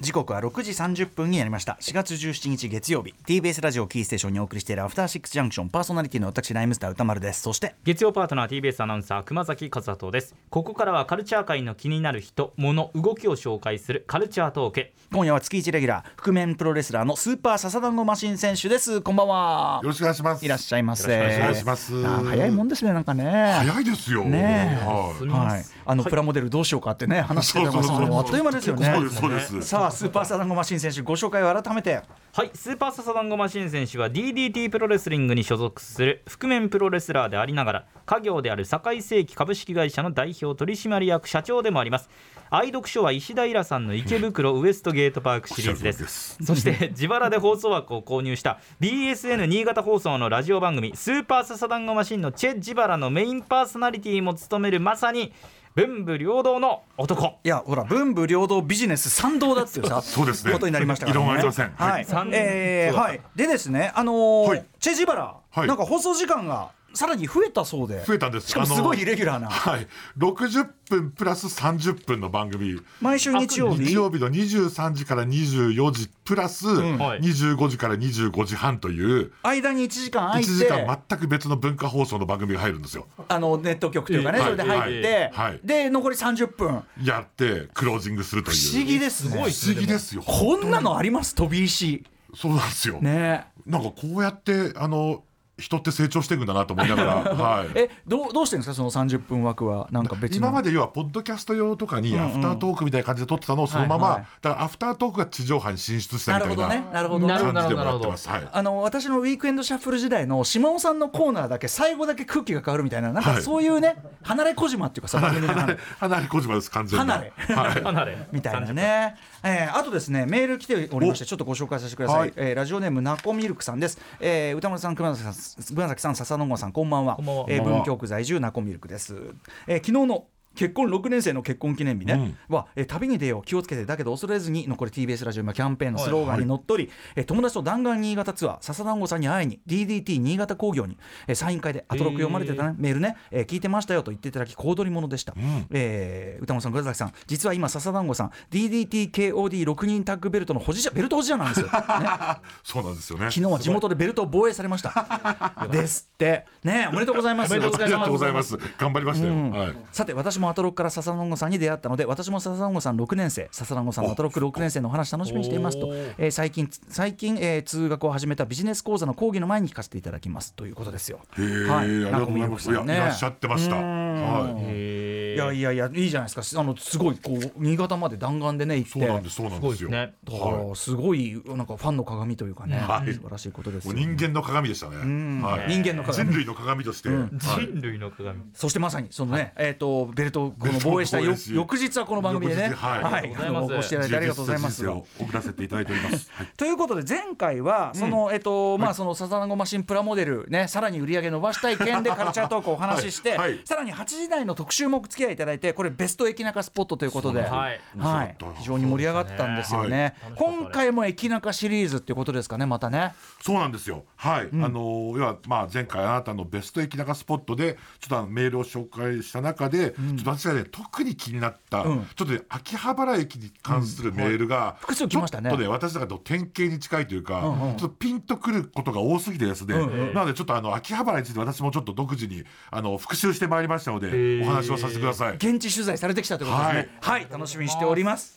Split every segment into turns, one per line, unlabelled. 時刻は6時30分になりました4月17日月曜日 TBS ラジオキーステーションにお送りしているアフターシックスジャンクションパーソナリティの私ライムスター歌丸ですそして
月曜パートナー TBS アナウンサー熊崎和人ですここからはカルチャー界の気になる人物動きを紹介するカルチャートーク
今夜は月1レギュラー覆面プロレスラーのスーパーササダンゴマシン選手ですこんばんは
よろしくお願いします。
いらっしゃいませ
よろしくお願
いします
あ早いもんですねなんかね
早いですよ。
ねえ
はい。
み
は
ま
い
す、
あのプラモデルどうしようかってね話してたのが
そうそうそう
あっという間ですよね
そうですそうです。
さあスーパーサダンゴマシン選手ご紹介を改めて
はいスーパーササダンゴマシン選手は DDT プロレスリングに所属する覆面プロレスラーでありながら家業である堺世紀株式会社の代表取締役社長でもあります愛読書は石平さんの池袋ウエストゲートパークシリーズで
おっしゃる通りですす
そして自腹で放送枠を購入した BSN 新潟放送のラジオ番組「スーパーササダンゴマシン」のチェ・ジバラのメインパーソナリティも務めるまさに文武両道の男
いやほら文武両道ビジネス賛同だっていうさ
そうですね
ことになりましたから、ね、
異論ありません
は
はいい
賛
えー
そうだ
はい、でですねあのー
はい
チェ・ジバラ、
はい
なんか放送時間がさらに増えたそうで
増えたんです
しかもすごいイレギュラーな
はい。六十分プラス三十分の番組。
毎週日曜日
日曜日の23時から24時プラス
はい
25時から25時半という
間に1時間空
1
いて
時間全く別の文化放送の番組が入るんですよ
あのネット局というかね、
えー
それで入って、
はいはいはい
で残り30分
やってクロージングするという
不思議ですね
不思議ですよ
こんなのあります飛び石
そうなんですよ
ね
なんかこうやってあの人って成長していくんだなと思い ながらはい
えどうどうしてるんですかその30分枠はなんか別の
今まで要はポッドキャスト用とかにアフタートークみたいな感じで撮ってたのをそのま
はいはい
まだからアフタートークが地上波に進出した
な
み
る
た
ほど
いな
ねなるほどね
なるほど
感じでもやってますはい
あの私のウィークエンドシャッフル時代の島尾さんのコーナーだけ最後だけ空気が変わるみたいななんか
はい
そういうね、離れ小島っていうかさ番組の離れ
離れ小島です完全に
離れ
はい
離れ
みたいなね、えーあとですねメール来ておりましてちょっとご紹介させてください、
はい
えーラジオネームナコミルクさんです、えー歌丸さん熊崎さん熊崎さん笹野郷さんこんばんは
こんばんは
えー
こんばんは
文京区在住ナコミルクです、えー昨日の結婚6年生の結婚記念日ね、は、えー旅に出よう気をつけてだけど恐れずにのこれ TBS ラジオ今キャンペーンのスローガンにのっとり、えー友達と弾丸新潟ツアー笹団子さんに会いに DDT 新潟工業に、えーサイン会でアトロク読まれてたね、メールね、えー聞いてましたよと言っていただき小躍り者でした、えー歌丸さん、倉崎さん、実は今、笹団子さん、DDTKOD6 人タッグベルトの保持者、ベルト保持者なんです よ。
そうなんですよね
昨日は地元でベルトを防衛され ました。ですって、ねえおめでとうございます。
おめでとうござ
あ
い
り
ます
がとうございます頑張りましたよはい
さて私もアトロックから笹団子さんに出会ったので私も笹団子さん6年生笹団子さんのアトロック6年生のお話楽しみにしていますと
お、ー
えー最近最近、えー通学を始めたビジネス講座の講義の前に聞かせていただきますということですよ。
へえありがとうございますいや
中
い
込
らっしゃってましたはい
いやいやいやいいじゃないですかあのすごいこう新潟まで弾丸でね行って
そうなんですそうなんですよ
すごいですね
だからすごいなんかファンの鏡というかね、
はい
素晴らしいことです
も
よ
う人間の鏡でしたねはい
人間の鏡
人類の鏡としてはい
人類の鏡
そしてまさにそのね、えっ、とベルトをこの防衛した
ベ
よ
ルトを防衛し
翌日はこの番組でね
翌日はい
ありがとう
あの
ございます
ごしていただいてありがとうございます
充実した人生を送らせていただいておりますはい
ということで前回はその、えっとまあそのサザナゴマシンプラモデルねさらに売り上げ伸ばしたい件でカルチャートークをお話しして、
はいはい
さらに8時台の特集もお付き合いいただいてこれベスト駅ナカスポットということで、
そうなんです
よ
はい
面白かった
非常に盛り上がったんですよね。今回も駅ナカシリーズっていうことですかねまたね。
そうなんですよ。はい、あの要はまあ前回あなたのベスト駅中スポットでちょっとあのメールを紹介した中で、ちょっと私がね特に気になった、
うん
ちょっとね秋葉原駅に関するメールが、
複数来ましたね
ちょっとね私だから典型に近いというか、
んうん
ちょっとピンとくることが多すぎてですね。なのでちょっとあの秋葉原について私もちょっと独自にあの復習してまいりましたので
ー
お話をさせてください。
現地取材されてきたということですね。はい、楽しみにしております。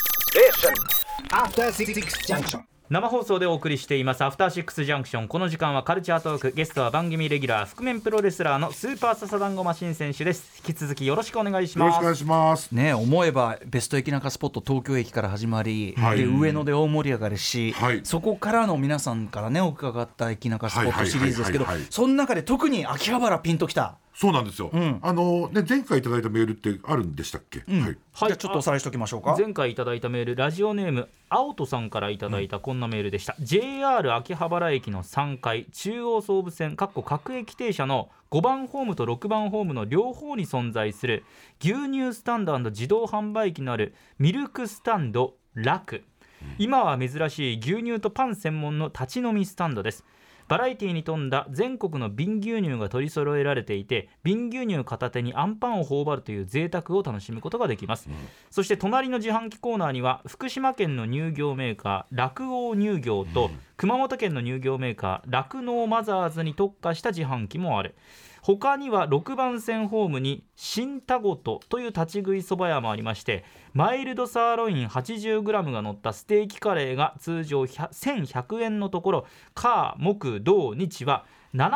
After Six Junction.
生放送でお送りしていますアフターシックスジャンクションこの時間はカルチャートークゲストは番組レギュラー覆面プロレスラーのスーパーササダンゴマシン選手です引き続きよろしくお願いし
よろし
ま
くお願
す
いします。
ね、思えばベスト駅ナカスポット東京駅から始まり、
はい
で上野で大盛り上がりし、
はい
そこからの皆さんからねお伺った駅ナカスポットシリーズですけど
はいはいはいはいはい
その中で特に秋葉原ピンときた、
そうなんですよ。
ん
あのね前回いただいたメールってあるんでしたっけ？はい。
はい
じゃあちょっとおさらいしておきましょうか。
前回いただいたメールラジオネーム青戸さんからいただいたこんなメールでした、JR 秋葉原駅の3階中央総武線かっこ各駅停車の5番ホームと6番ホームの両方に存在する牛乳スタンド自動販売機のあるミルクスタンドラク今は珍しい牛乳とパン専門の立ち飲みスタンドですバラエティに富んだ全国の瓶牛乳が取り揃えられていて瓶牛乳片手にアンパンを頬張るという贅沢を楽しむことができます、そして隣の自販機コーナーには福島県の乳業メーカー酪王乳業と、熊本県の乳業メーカー酪農マザーズに特化した自販機もある他には6番線ホームに新田ごとという立ち食いそば屋もありましてマイルドサーロイン 80g が乗ったステーキカレーが通常100 1100円のところ火木土日は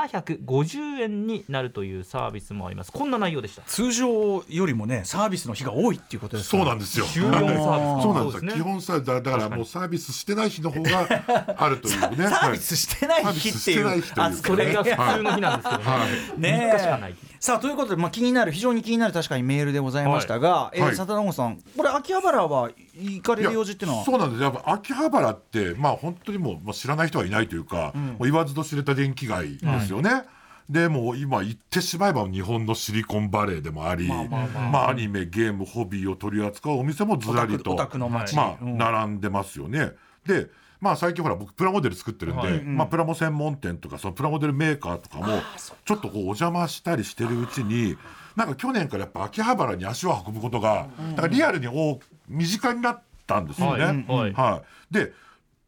750円になるというサービスもありますこんな内容でした
通常よりもねサービスの日が多いっていうことですか
そう
ら
なんですよ。
14サービス
あのそうなんですよ。
そうですね
基本さだだからもうサービスしてない日の方があるという ね。
サービスしてない日っていう
はいサービスしてない日って
そ
いう
れが普通の日なんですけどね、
はい
ねえ
3日しかない
さあということで、まあ、気になる非常に気になる確かにメールでございましたが、えー
はい
サタナゴンさんこれ秋葉原は行かれる用事っていうのは
そうなんですやっぱ秋葉原って、まあ、本当にもうもう知らない人はいないというか、もう言わずと知れた電気街ですよね。でもう今言ってしまえば日本のシリコンバレーでもあり、まあアニメゲームホビーを取り扱うお店もずらりと
オタクの街
まあ
うん
並んでますよね。でまあ、最近ほら僕プラモデル作ってるんで、まあ、プラモ専門店とかそのプラモデルメーカーとかもちょっとこうお邪魔したりしてるうちになんか去年からやっぱ秋葉原に足を運ぶことがだからリアルに多身近になったんですよね。
はいうんはい
はい、で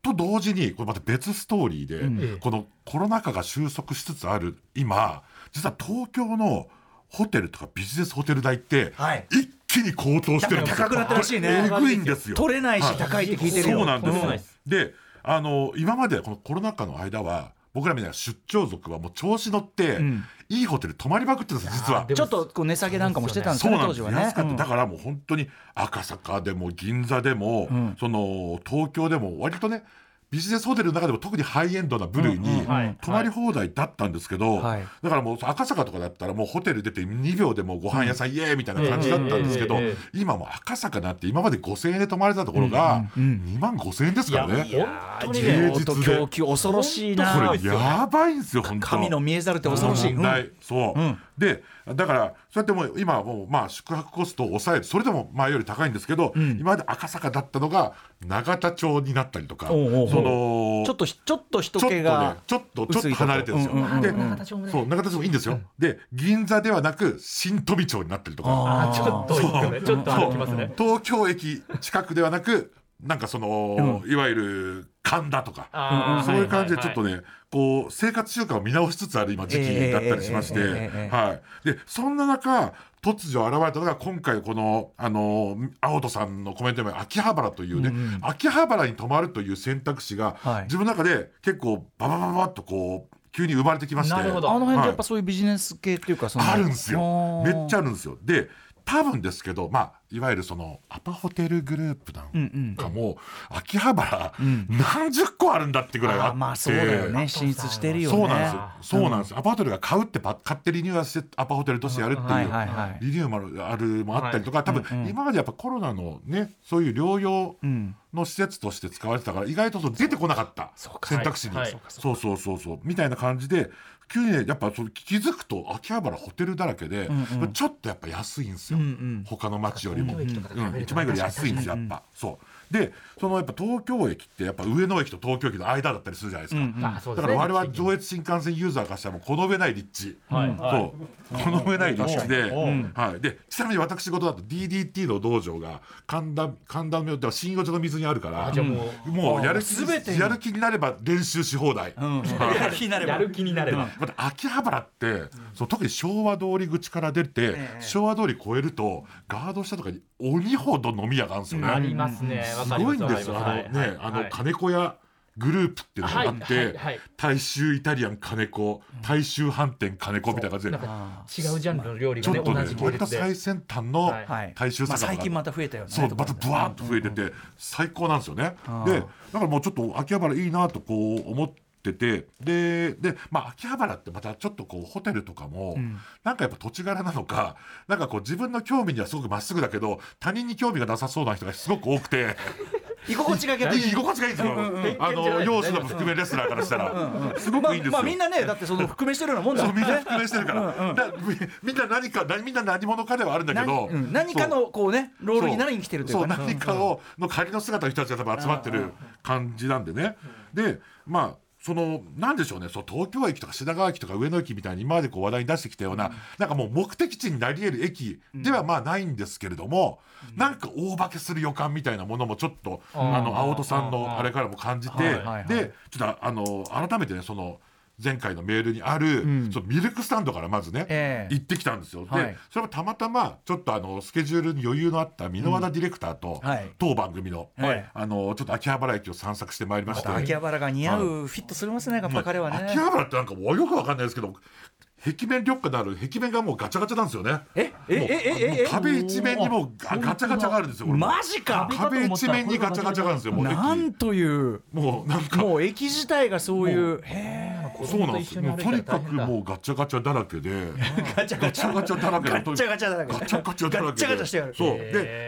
と同時にこれまた別ストーリーで、
ん
このコロナ禍が収束しつつある今実は東京のホテルとかビジネスホテル代って、
はい
一気に高騰してるんですよ。
高くなってるらしいね
えぐいんですよ。
取れないし高いって聞いてるよ
そうなんです
そう
よ
なんです
であの今までこのコロナ禍の間は僕らみたいな出張族はもう調子乗って、
ん
いいホテル泊まりまくってたんです実は
でも
ちょっとこう値下げなんかもしてたんです
そう
よね
な
当
んです
時
よ
はね
安かった、
うん
だからもう本当に赤坂でも銀座でも、
ん
その東京でも割とねビジネスホテルの中でも特にハイエンドな部類
うんう
に
ん
はい
泊まり放題だったんですけど、
はい
だからもう赤坂とかだったらもうホテル出て2秒でもうご飯屋さんイエーイみたいな感じだったんですけど、
えええええ
今もう赤坂なんて今まで5000円で泊まれたところが2万5000円ですからね。
本当に
いやい
ね
や
需要と供給恐ろしいな
これやばいんですよ本当
神の見えざるって恐ろしい、
問
うん
題そう、
うん
でだからそうやってもう今はもうまあ宿泊コストを抑えるそれでも前より高いんですけど、今まで赤坂だったのが永田町になったりとか
おうおうおう
その
ちょっとひちょっと人
ちょっと
気が
ねちょっとちょっと離れてるんですよ、
薄いとこ
で
うんうんうん
そう永田町もいいんですよ、で銀座ではなく新富町になったりとか
あ
あ
ー
ちょっと行くねちょっと歩きますね
東京駅近くではなくなんかその、いわゆる神田とか
あー
そういう感じでちょっと
はい
ね、こう生活習慣を見直しつつある今時期だったりしまして、
ええええええ
はい。でそんな中突如現れたのが今回このあの青戸さんのコメントでも秋葉原というね、秋葉原に泊まるという選択肢が、
はい
自分の中で結構バババババッとこう急に生まれてきまして、
なるほど
あの辺ってやっ
は
ぱそういうビジネス系っていうかその
あるんですよ。めっちゃ
ゃ
あるんですよ。で、多分ですけど、まあ、いわゆるそのアパホテルグループなんかも、秋葉原、何十個あるんだってぐらいあって。
まあそうだよね進出してるよね
そうなんですよ。そうなんですよ。アパホテルが買うってば、買ってリニューアルして、アパホテルとしてやるっていう。
はいはいはい
リニューアルあるもあったりとか、多分、今までやっぱコロナのねそういう療養の施設として使われてたから、意外とそう出てこなかった選択肢に、
はい
そうそうそうそうみたいな感じで急にねやっぱそう気づくと秋葉原ホテルだらけで、ちょっとやっぱ安いんですよ、他の町よりも、うん1万円より安いんですよやっぱ、そうでそのやっぱ東京駅ってやっぱ上野駅と東京駅の間だったりするじゃないですか、
あそうで
だ
す
か
ね
ら我々上越新幹線ユーザーからしたらもうこの上ない立地、
はい
そうこの上ない立地で、
ん
はい、でちなみに私事だと DDT の道場が神田神田の信用所の水にあるから
あじゃあもう
もうやる気
全て
にやる気になれば練習し放題、
うん やる気になれば
やる気になれば
また秋葉原って、そう特に昭和通り口から出て、
ええ
昭和通り越えるとガード下とかに鬼ほど飲み屋があるんですよね。
ありますねわ
す
かり
ご
ま
いん
わか
で
り
すよ、
ま
あの
はい
ね、
はい
あ
は
の
い
金子屋グループっていうのがあって、
はいはいはい
大衆イタリアン金子、大衆飯店金子みたいな感じで
なん、か違うジャンルの料理
ちょ
が
っ
ね
と
同
ね、
じ系
割と
列で
最先端の
はい
はい
大衆
まあ
酒場
最近
が
また増えたよね
そう
と
ま
ころ
た
で
ブワーッと増えてて最高なんですよね。でだからもうちょっと秋葉原いいなとこう思っててでで、まあ、秋葉原ってまたちょっとこうホテルとかも、なんかやっぱ土地柄なのかなんかこう自分の興味にはすごくまっすぐだけど他人に興味がなさそうな人がすごく多くて。
居心地が逆に
居心地がいいんですよ、あの要素の含めレスラーからしたら、すご
ま
く
あ
いいんですよ。
まあみんなねだってその含めしてるようなもんだ
そう
もん
みん
ね
な含めしてるから、だみみんな何かなみんな何者かではあるんだけど
何、うん何かのこうねロールに何に来てるという
そ
か
う
ね
何かをの仮の姿の人たちが多分集まってる感じなんでねでまあそのなんでしょうねそう東京駅とか品川駅とか上野駅みたいに今までこう話題に出してきたような、なんかもう目的地になり得る駅ではまあないんですけれども、なんか大化けする予感みたいなものもちょっと、あの青戸さんのあれからも感じて、
はい
はいはい
でちょっとあの改めてねその前回のメールにある、
ん
そのミルクスタンドからまずね、
ええ
行ってきたんですよ。で、
はい
それもたまたまちょっとあのスケジュールに余裕のあった箕輪田ディレクターと、
うんはい
当番組の、
はい
あのちょっと秋葉原駅を散策してまいりまして、
秋葉原が似合う、フィットするますね、やっぱ彼はね。
秋葉原ってなんかもうよくわかんないですけど壁面緑化のある壁面がもうガチャガチャなんですよね
え、え、え、
もう
え、え、え
もう、壁一面にもうガガチャガチャがあるんですよこれも
マジか。
壁一面にガチャガチャがあるんですよもう
なんという、
駅もうなんか
もう駅自体がそういう。
そうなんですよもうとにかくもうガチャガチャだらけで
ガチャガ
ガチャガチャだらけの
ガチャガチャだらけ
ガチャガチャだらけ
ガ
で
チャガチャしてやる
そう
へ
で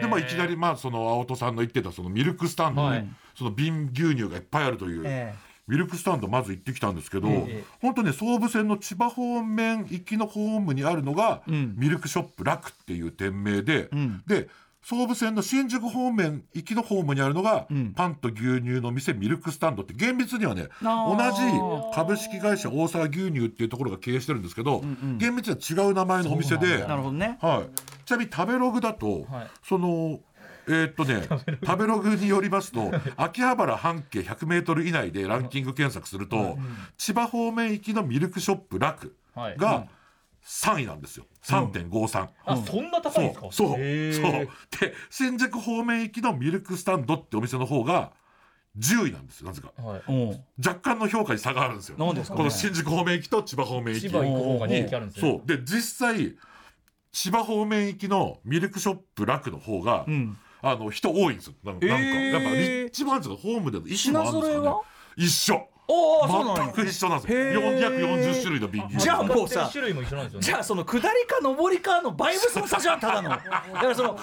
ー
でまあいきなりまあその青戸さんの言ってたそのミルクスタンド
は
ね
い
その瓶牛乳がいっぱいあるという、
ええ
ミルクスタンドまず行ってきたんですけど、
ええ
本当ね総武線の千葉方面行きのホームにあるのが、
うん
ミルクショップラクっていう店名で、
ん
で総武線の新宿方面行きのホームにあるのが、
ん
パンと牛乳の店ミルクスタンドって厳密にはね同
あ
じ株式会社大沢牛乳っていうところが経営してるんですけど、
うん
厳密には違う名前のお
そ
店
う
で
な
なるほどね。
はい、ちなみに食べログだと、
はい
そのえーっとね食べログによりますと秋葉原半径 100m 以内でランキング検索すると、千葉方面行きのミルクショップ楽
はい
が3位なんですよ3.53。
あそんな高いんですか
そうそうそう
へー
で新宿方面行きのミルクスタンドってお店の方が10位なんですよなぜか
はい
うん。
若干の評価に差があるんですよ
なんですかね
この新宿方面行きと千葉方面行き
千葉行く方が人気あるんですね
そうで実際千葉方面行きのミルクショップ楽の方が、
うん。
あの人多いんですよなんか,、
えー
やっぱ立地もあるんですよホームでの一種もあるんです
品揃え
よね
は
一緒
おお、そうなの
全
よ
く一緒なんですよ
へー
440種類の瓶牛
じゃあもうさ
種類も一緒なんですよね
じゃあその下りか上りかのバイブスの差じゃんただの。だからその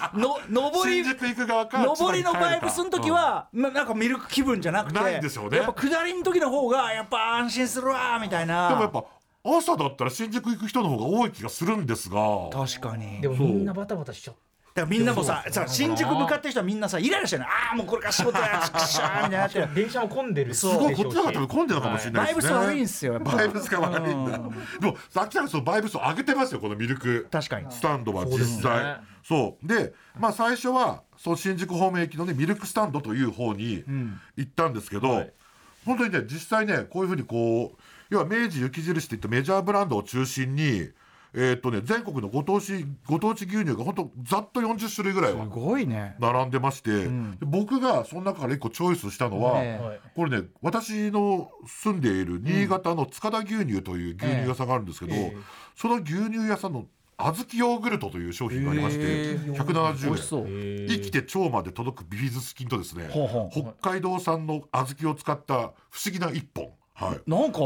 の上り
新宿行く側か
上りのバイブスの時、
千葉に帰るか
は、ななんかミルク気分じゃなくて
ないんですよね
やっぱ下りの時の方がやっぱ安心するわみたいな
うんでもやっぱ朝だったら新宿行く人の方が多い気がするんですが
確かに
で
だか
もみんなバタバタしちゃう
らみんなもさ
でもそう
さ新宿向かってる人はみんなさイライラしてるのああもうこれから仕事やくっしゃーみたいになってる
電車も混ん でる
す
す
ごい
すごいこっちの方が多分混んでるのかもしれな
バ
い
イ
で
ブ
す
ス
ね、
悪いんですよやっぱ
バイブスが悪いんだ。でも、さっきからそのバイブスを上げてますよ、このミルク。
確かに
スタンドは実
そうですね
際。そう,、でまあ、最初は、その新宿方面駅のね、ミルクスタンドという方に行ったんですけど。
はい
本当にね、実際ね、こういうふうにこう、要は明治雪印っていったメジャーブランドを中心に。えーっとね、全国のご当地ご当地牛乳が本当ざっと40種類ぐらいは
ごいね
並んでまして、で僕がその中から1個チョイスしたのは、
え
はい
これね私の住んでいる新潟の塚田牛乳という牛乳屋さんがあるんですけど、
ええ
その牛乳屋さんの小豆ヨーグルトという商品がありまして、
へえ美
170
味しそう
円生きて腸まで届くビフィズス菌とですね
ほうほう
北海道産の小豆を使った不思議な一本、はい、
なんか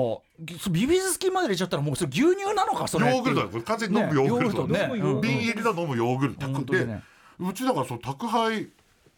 ぎビビズス菌まで入れちゃったらもうそれ牛乳なのかそれ
ヨーグルトだこれ完全に飲むヨーグルト,、
ねヨーグルトねうん
瓶入りの飲むヨーグルト、
本当
で、
にね
うちだからその宅配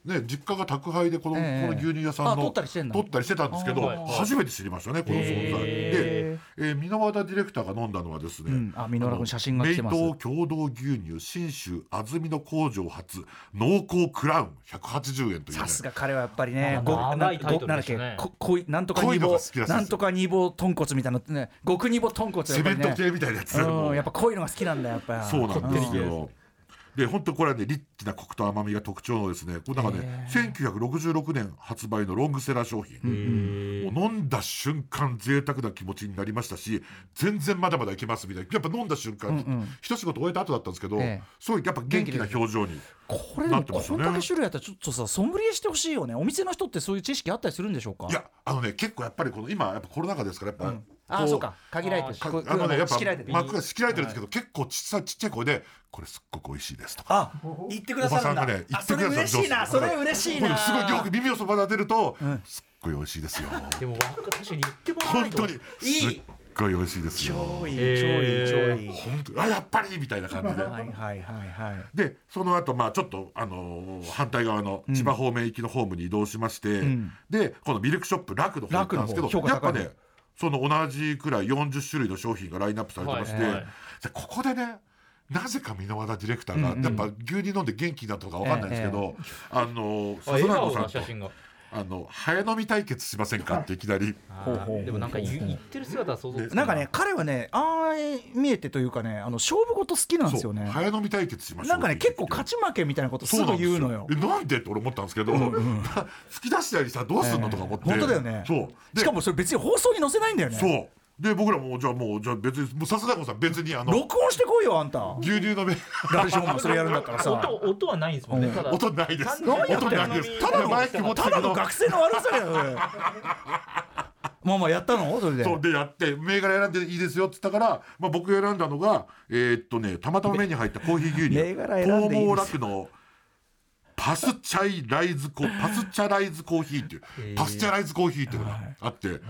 ね実家が宅配でこの,、
ええ
この牛乳屋さんの
あ取ったりしてんだ
取ったりしてたんですけど、
あはい
初めて知りましたねこの存在、
へ
で、えー、箕輪田ディレクターが飲んだのはですね、
うんあ箕輪田君写真が来てます
名東共同牛乳信州安曇野工場発濃厚クラウン180円という、ね
さ、すが彼はやっぱりね、
まあ
ご
長い
な
タイトル
なんだ
で
っ
した
け
ね、
ここいなんとか
こうい
二
うのが
房
好きらしいです
なんとか二房豚骨みたいなのね、極二房豚骨がや
セ
っぱ
メ
り
ント
ね、
系みたいなやつ、も
うん、
う
やっぱこういうのが好きなんだよやっぱ。
そうなんで
う
すよ。で本当これはねリッチなコクと甘みが特徴のですねこれなんかね1966年発売のロングセラー商品、もう飲んだ瞬間贅沢な気持ちになりましたし全然まだまだいけますみたいなやっぱ飲んだ瞬間、一仕事終えた後だったんですけど、
ええ
すごいやっぱ元気な表情に
これで
な
も
ってました
こ
ね
んだけ種類あったらちょっとさソムリエしてほしいよね。お店の人ってそういう知識あったりするんでしょうか。
いやあのね結構やっぱりこの今やっぱコロナ禍ですからやっぱ、
あ
こ
あそうか限られてるし
か
こう
あのねやっぱ
仕切られてる
幕が仕切られてるんですけど、結構ちっさいちっちゃい声でこれすっごく美味しいですと
あ
か
言ってくださるんだ。
おばさんがね言
あ
って
そ
く
れ
ださる
嬉しいな
上手
それ嬉しい
これ
な。
すごいよく耳をそば立てると、すっごい美味しいで すよ。
でもわ確かに言ってもらわな
本
いと
当に
いい
すっごい美味しいですよ。
超いい
え
超いい
ー
超いい。
本当あやっぱりみたいな感じで。
はいはいはいはい。
でその後まあちょっとあのー反対側の千葉方面行きのホームに移動しまして、でこのミルクショップラクの方行ったんですけど
ラクの方
やっぱ
評
ねその同じくらい40種類の商品がラインナップされてまして、
はいはい
でここでねなぜか箕輪田ディレクターが、やっぱ牛乳飲んで元気になったのかわかんないんですけど、あのー
あ笑
笹野
顔
子さん
の
と
写真が
あの早飲み対決しませんかっていきなり
あ
ほうほうほうほ
ー
う
でもなんか言言ってる姿は想像つか
なんかね彼はねああ見えてというかねあの勝負事好きなんです
そ
よ
う
ね
早飲み対決しましょう
なんかね結構勝
ち
ち負けみたいなことすぐ言うのよ
えなんでって俺思ったんですけど、 突き出したりさどうすんのとか思って、
ええ本当だよね
そうで
しかもそれ別に放送に載せないんだよね
そうで僕らもじゃあもうじゃあ別にもう笹田子さん別にあの
録音してこいよあんた
牛乳 飲め
ラジオもそれやるんだ ったらさ
音音はないんですもんね、ただ
音ないです
単純に
音ないです
ただ
ただ
の
のマイク持って
ただの学生の悪さだよそれまあまあやったのそれで
そうでやって銘柄選んでいいですよっつったから、まあ、僕が選んだのがえーっとねたまたま目に入ったコーヒー牛乳
銘柄選んでいいですよ
酪のパスチャイライズコパスチャライズコーヒーっていう、
えー
パスチャライズコーヒーっていうのがあって、
はい
で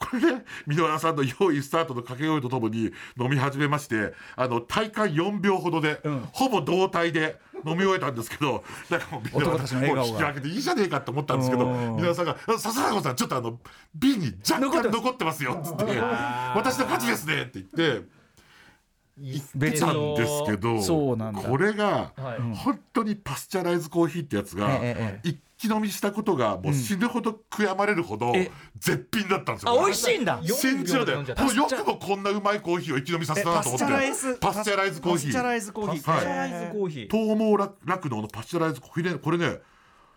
これで箕輪さんの用意スタートの掛け声とともに飲み始めましてあの体感4秒ほどで、
ん
ほぼ同体で飲み終えたんですけどなんかもう箕
男
輪
たち
さ
の
ん
笑
も
顔
う
が
引き分けていいじゃねえかと思ったんですけど
うん
箕輪さんが「笹原子さんちょっとあの瓶に若干残ってますよ」っつって「私の勝ちですね」って言って言って
別
た
に
んですけど
そうなんだ
これが
はい
本当にパスチャライズコーヒーってやつが
ええええ
一気飲みしたことがもう死ぬほど悔やまれるほど
え
絶品だったんですよ。
あ美味しいんだ
信じられないもうよくもこんなうまいコーヒーを一気飲みさせたなと思って
えパスチャライズ
パスチャライズコー
パ
ヒー
スチャライズコーヒー
はい
チャライズコーヒー
東毛酪農のパスチャライズコーヒーねこれね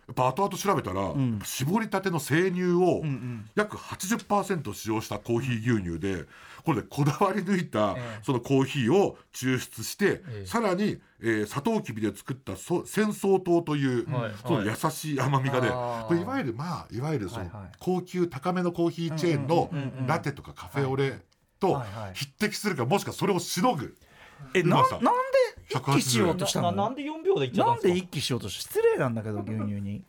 やっぱ後々調べたら、絞りたての生乳を約80%使用したコーヒー牛乳でこれでこだわり抜いたそのコーヒーを抽出して、さらに、えー、サトウキビで作ったそ戦争糖という、
はい
その優しい甘みがね、
あー
これいわゆるまあいわゆるその
はいはい
高級高めのコーヒーチェーンの
うんうんうんうん
ラテとかカフェオレと
はいはい
匹敵するかもしくはそれをしのぐ。
えななん
うまさ
で一気しようとしたの
ななんで4秒でいっちゃった
なんん
ですか
で一気しようとし失礼なんだけど牛乳に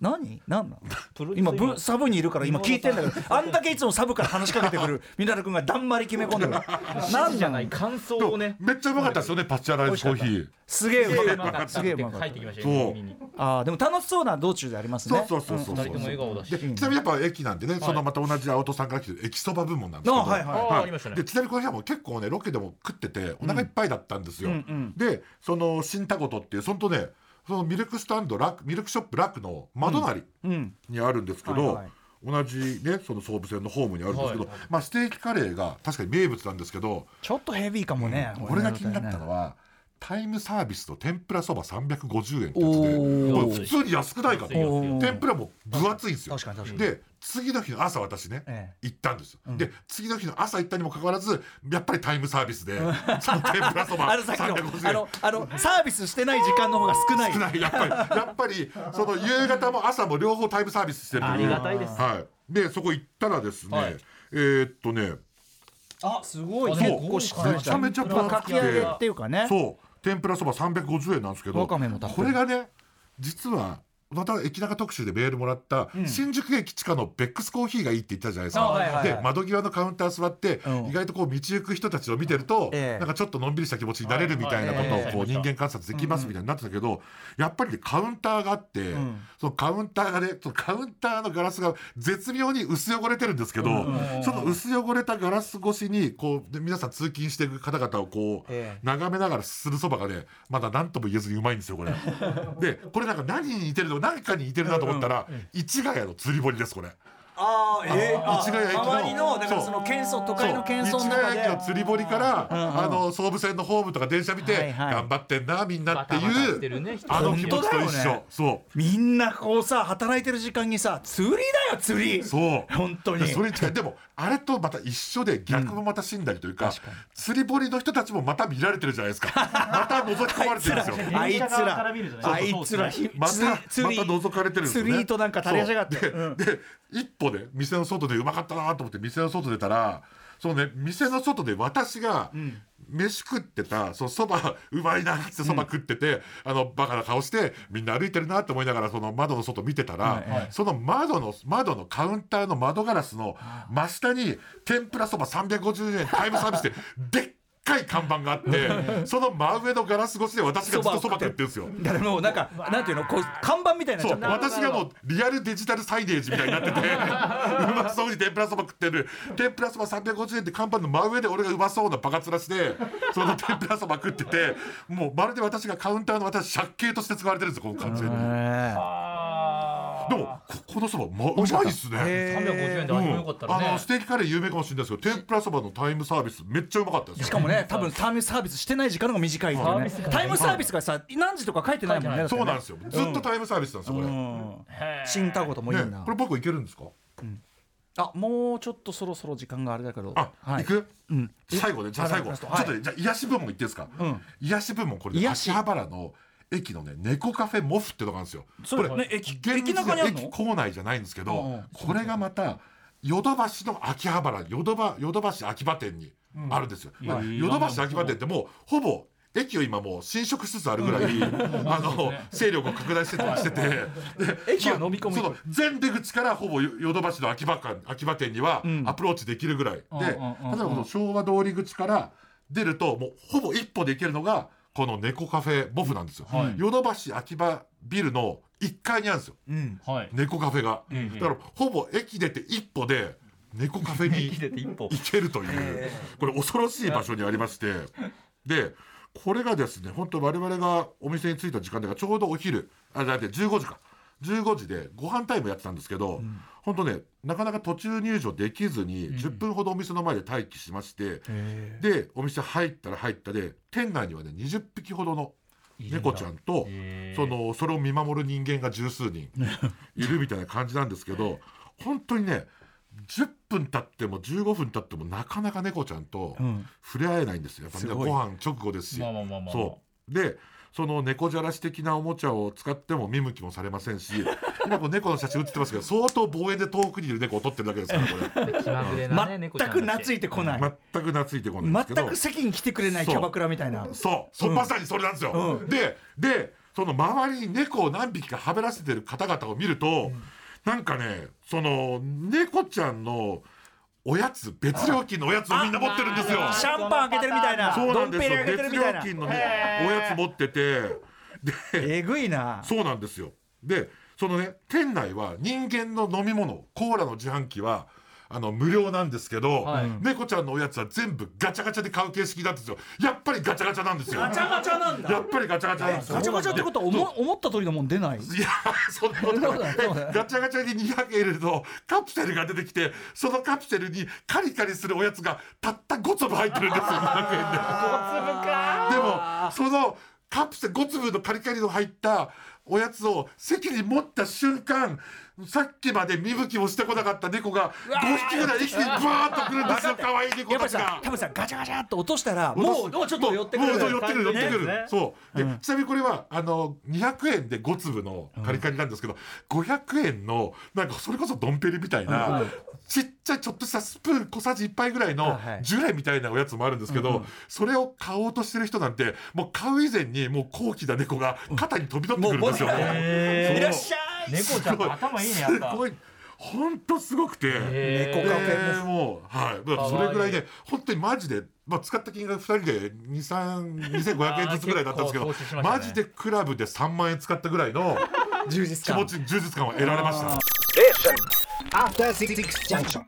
何何な の
プロデュ
今
ーサー
ブサブにいるから今聞いてんだけどあんだけいつもサブから話しかけてくるミナル君がだんまり決め込んで くる
なんじゃない感想をね
めっちゃうまかったですよねパスチャライズコーヒー。
すげえうまかった
す
す
げ
げえ
えう
う
ま
まか
かっ
ったた
って書いてきました
そう
よ耳に
あーでも楽しそうな道中でありますね
そうそうそうそう
二人とも笑顔だし
でちなみにやっぱ駅なんでね、そのまた同じ青戸さんから来てる駅そば部門なんですけど、
あはいはい
あーありましたね
でちなみにこの日はもう結構ねロケでも食っててお腹いっぱいだったんですよ、でその新田ごとっていうそのとねそのミルクスタンドラックミルクショップラックの窓なり
うんうん
にあるんですけど、
はいはい
同じねその総武線のホームにあるんですけど、
はい
まあ、ステーキカレーが確かに名物なんですけど
ちょっとヘビーかもね
俺が気になったのはタイムサービスの天ぷらそば350円ってやつ
お
で
ー
これ普通に安くないかと
ー
お
天ぷらも分厚いんですよ
確かに確かに
で次の日の朝私ね、
え
行ったんですよ、で次の日の朝行ったにもかかわらずやっぱりタイムサービスで その天ぷらそば
あのさっきの
350
あ
円
のあのサービスしてない時間の方が少ない
少ないやっぱりやっぱりその夕方も朝も両方タイムサービスしてるという
ありがたいです
はい、でそこ行ったらですね、
はい
えーっとね
あすごい
そう
結構しっかり
めちゃめちゃ分
まあか
厚く
き揚げ
て
っていうかね
そう天ぷらそば350円なんですけど
わかめもたっぷ
こ
り
れがね実はまた駅中特集でメールもらった、新宿駅地下のベックスコーヒーがいいって言ったじゃないですか、
あはいはいはい
で窓際のカウンター座って、
うん
意外とこう道行く人たちを見てると、
ええ
なんかちょっとのんびりした気持ちになれるみたいなことを
はいはい
こう人間観察できますみたいになってたけど、やっぱりねカウンターがあって、
ん
そのカウンターがねそのカウンターのガラスが絶妙に薄汚れてるんですけど、その薄汚れたガラス越しにこうで皆さん通勤していく方々をこう、
ええ
眺めながらすするそばがねまだ何とも言えずにうまいんですよこれでこれなんか何に似てるの何かに似てるなと思ったら、市ヶ谷の釣り堀ですこれ
あーえーあ
市ヶ谷駅の
周りのだからその喧騒都会の喧騒
市
の
ヶ
中
谷駅の
で
釣り堀から、あの総武線のホームとか電車見て、
はいはい
頑張ってんなみんな
バ
ってい
タバタして
う
るね人
あの気持ちと
本
一
当だ
緒、
よね
そ
みんなこうさ働いてる時間にさ釣りだよ釣り
うそう
本当に
でそれに近いでもあれとまた一緒で逆もまた死んだりというか,、釣り堀の人たちもまた見られてるじゃない ですかまた覗き込まれてるんですよ
あいつ
電車側から
ら
見るじゃない
あいつらひ
また
釣
ま
り
た
釣り
覗かれてるんですよね
釣り糸なんか垂れやしやがって
そうで,、
うん
で一歩で店の外でうまかったなと思って店の外出たらそのね店の外で私が飯食ってたそのそばうまいなっつってそば食ってて、あのバカな顔してみんな歩いてるなって思いながらその窓の外見てたら、
はいはい
その窓の窓のカウンターの窓ガラスの真下に天ぷらそば350円タイムサービスででっかい看板があ ってその真上のガラス越しで私がずっとそば食ってるんですよ。
だからもうなんかなんていうのこう看板みたいになっち
そ
ゃ
う
った
私がもうリアルデジタルサイネージみたいになっ ててうまそうに天ぷらそば食ってる天ぷらそば350円って看板の真上で俺がうまそうなバカ面してその天ぷらそば食っててもうまるで私がカウンターの私借景として使われてるんですよこの完全に。
ええ
でもここのそば、ま、うまいっすね
へー
350円で味も良かったら
あの
ね
ス、テーキカレー有名かもしれないですけど天ぷらそばのタイムサービスめっちゃうまかったですよ
しかもね、多分タイムサービスしてない時間の方が短いっていうね
サービスが。
タイムサービスがさ、何時とか書いてないもんね。
そうなん
だ
ですよずっとタイムサービスなんですよこれ、
へー
新タコともいい
ね
な
こ。れ僕いけるんですか
あ、もうちょっとそろそろ時間があれだけど。
あ、
はい
い、く、
ん
最後ねじゃあ
はい
最後、
ラス
ち
ト
ょ
はい
っとねじゃあ癒し部門いっていいですか、
うん
癒し部門これ、ね、
癒し
秋葉原の駅のね猫カフェモフってとこあるんですよ
そ
こ
れ
れ
ね駅
現
駅
実
中にあるの
駅構内じゃないんですけど、
うんうん
これがまたヨドバシの秋葉原ヨドバヨドバシ秋葉店にあるんですよ、
んはい
ヨドバシ秋葉店ってもうほぼ駅を今もう侵食しつつあるぐらい、あの勢力を拡大してたりしててで
駅を飲み込む
その全出口からほぼヨヨドバシの秋葉館秋葉店にはアプローチできるぐらい、で例えばこの昭和通り口から出るともうほぼ一歩で行けるのがこの猫カフェボフなんですよ、ヨドバシ秋葉ビルの1階にあるんですよ
うん。
はい、
猫カフェが、
ん
だからほぼ駅出て一歩で猫カフェに
生きてて一歩
行けるという、これ恐ろしい場所にありましてでこれがですね本当我々がお店に着いた時間だからちょうどお昼あだって15時か15時でご飯タイムやってたんですけど、本当ねなかなか途中入場できずに10分ほどお店の前で待機しまして、でお店入ったら入ったで店内にはね20匹ほどの猫ちゃんと
へー
そのそれを見守る人間が十数 人いるみたいな感じなんですけど本当にね10分経っても15分経ってもなかなか猫ちゃんと
うん
触れ合えないんですよ。やっぱみんな
すごい
ご飯直後ですし
まあまあまあまあ
そうでその猫じゃらし的なおもちゃを使っても見向きもされま せんし今こう猫の写真写ってますけど相当望遠で遠くにいる猫を撮ってるだけですからこ れ
気まぐれなね
全
猫ちゃん
く懐いてこない。
全く懐いてこないんですけど
全く席に来てくれないキャバクラみたいな。
そう、そうまさにそれなんですよ。で、で、その周りに猫を何匹かはべらせてる方々を見ると、なんかね、その猫ちゃんのおやつ、別料金のおやつをみんな持ってるんですよ。
シャンパン開けてるみたいな。
そうな
ド
ん
ン
で
ペ
す
リ
よ。
開けてる
別
み
料
たいな。
金のねおやつ持ってて、
えぐいな。
そうなんですよ。で、そのね、店内は人間の飲み物、コーラの自販機は、あの無料なんですけど、
はい
猫ちゃんのおやつは全部ガチャガチャで買う形式なんですよ。やっぱりガチャガチャなんですよ。
ガチャなん
やっ。ぱりガチャガチャなんですよ
ガチャガチャってことは思思った通りのもん出ない。
いやそんなこと
そんなことな
ないい
そんなことない
ガチャガチャに200円入れるとカプセルが出てきてそのカプセルにカリカリするおやつがたった5粒入ってるんですよ5粒かでもそのカプセル5粒のカリカリの入ったおやつを席に持った瞬間さっきまで見向きもしてこなかった猫が5匹ぐらい一気にバーッとくるんですよ可愛い猫
やっぱ
た
り
ちが
さ、多分さ、ガチャガチャって落としたら、もう、もうちょっと寄ってく
もうそう
る。
寄ってくる寄ってくる、
ね
そうで、ちなみにこれはあの200円で5粒のカリカリなんですけど、500円のなんかそれこそドンペリみたいな、ちっちゃいちょっとしたスプーン小さじ1杯ぐらい
あ
の
はい
ジュレみたいなおやつもあるんですけど、それを買おうとしてる人なんてもう買う以前にもう高貴な猫が肩に飛び乗ってくるんですよ。
もうもう
へー
いらっしゃい。
猫ちゃんの頭いいねやっぱ
すごい本当すごくて。
へー
猫カフェ
えーもうはいだからそれぐらいで本当にマジで、まあ、使った金額2人で232500円ずつぐらいだったんですけ
あー結構
ど
投資しましたね
マジでクラブで3万円使ったぐらいの
充実
気
感
持。ち充実感を得られました。
After Six Junction.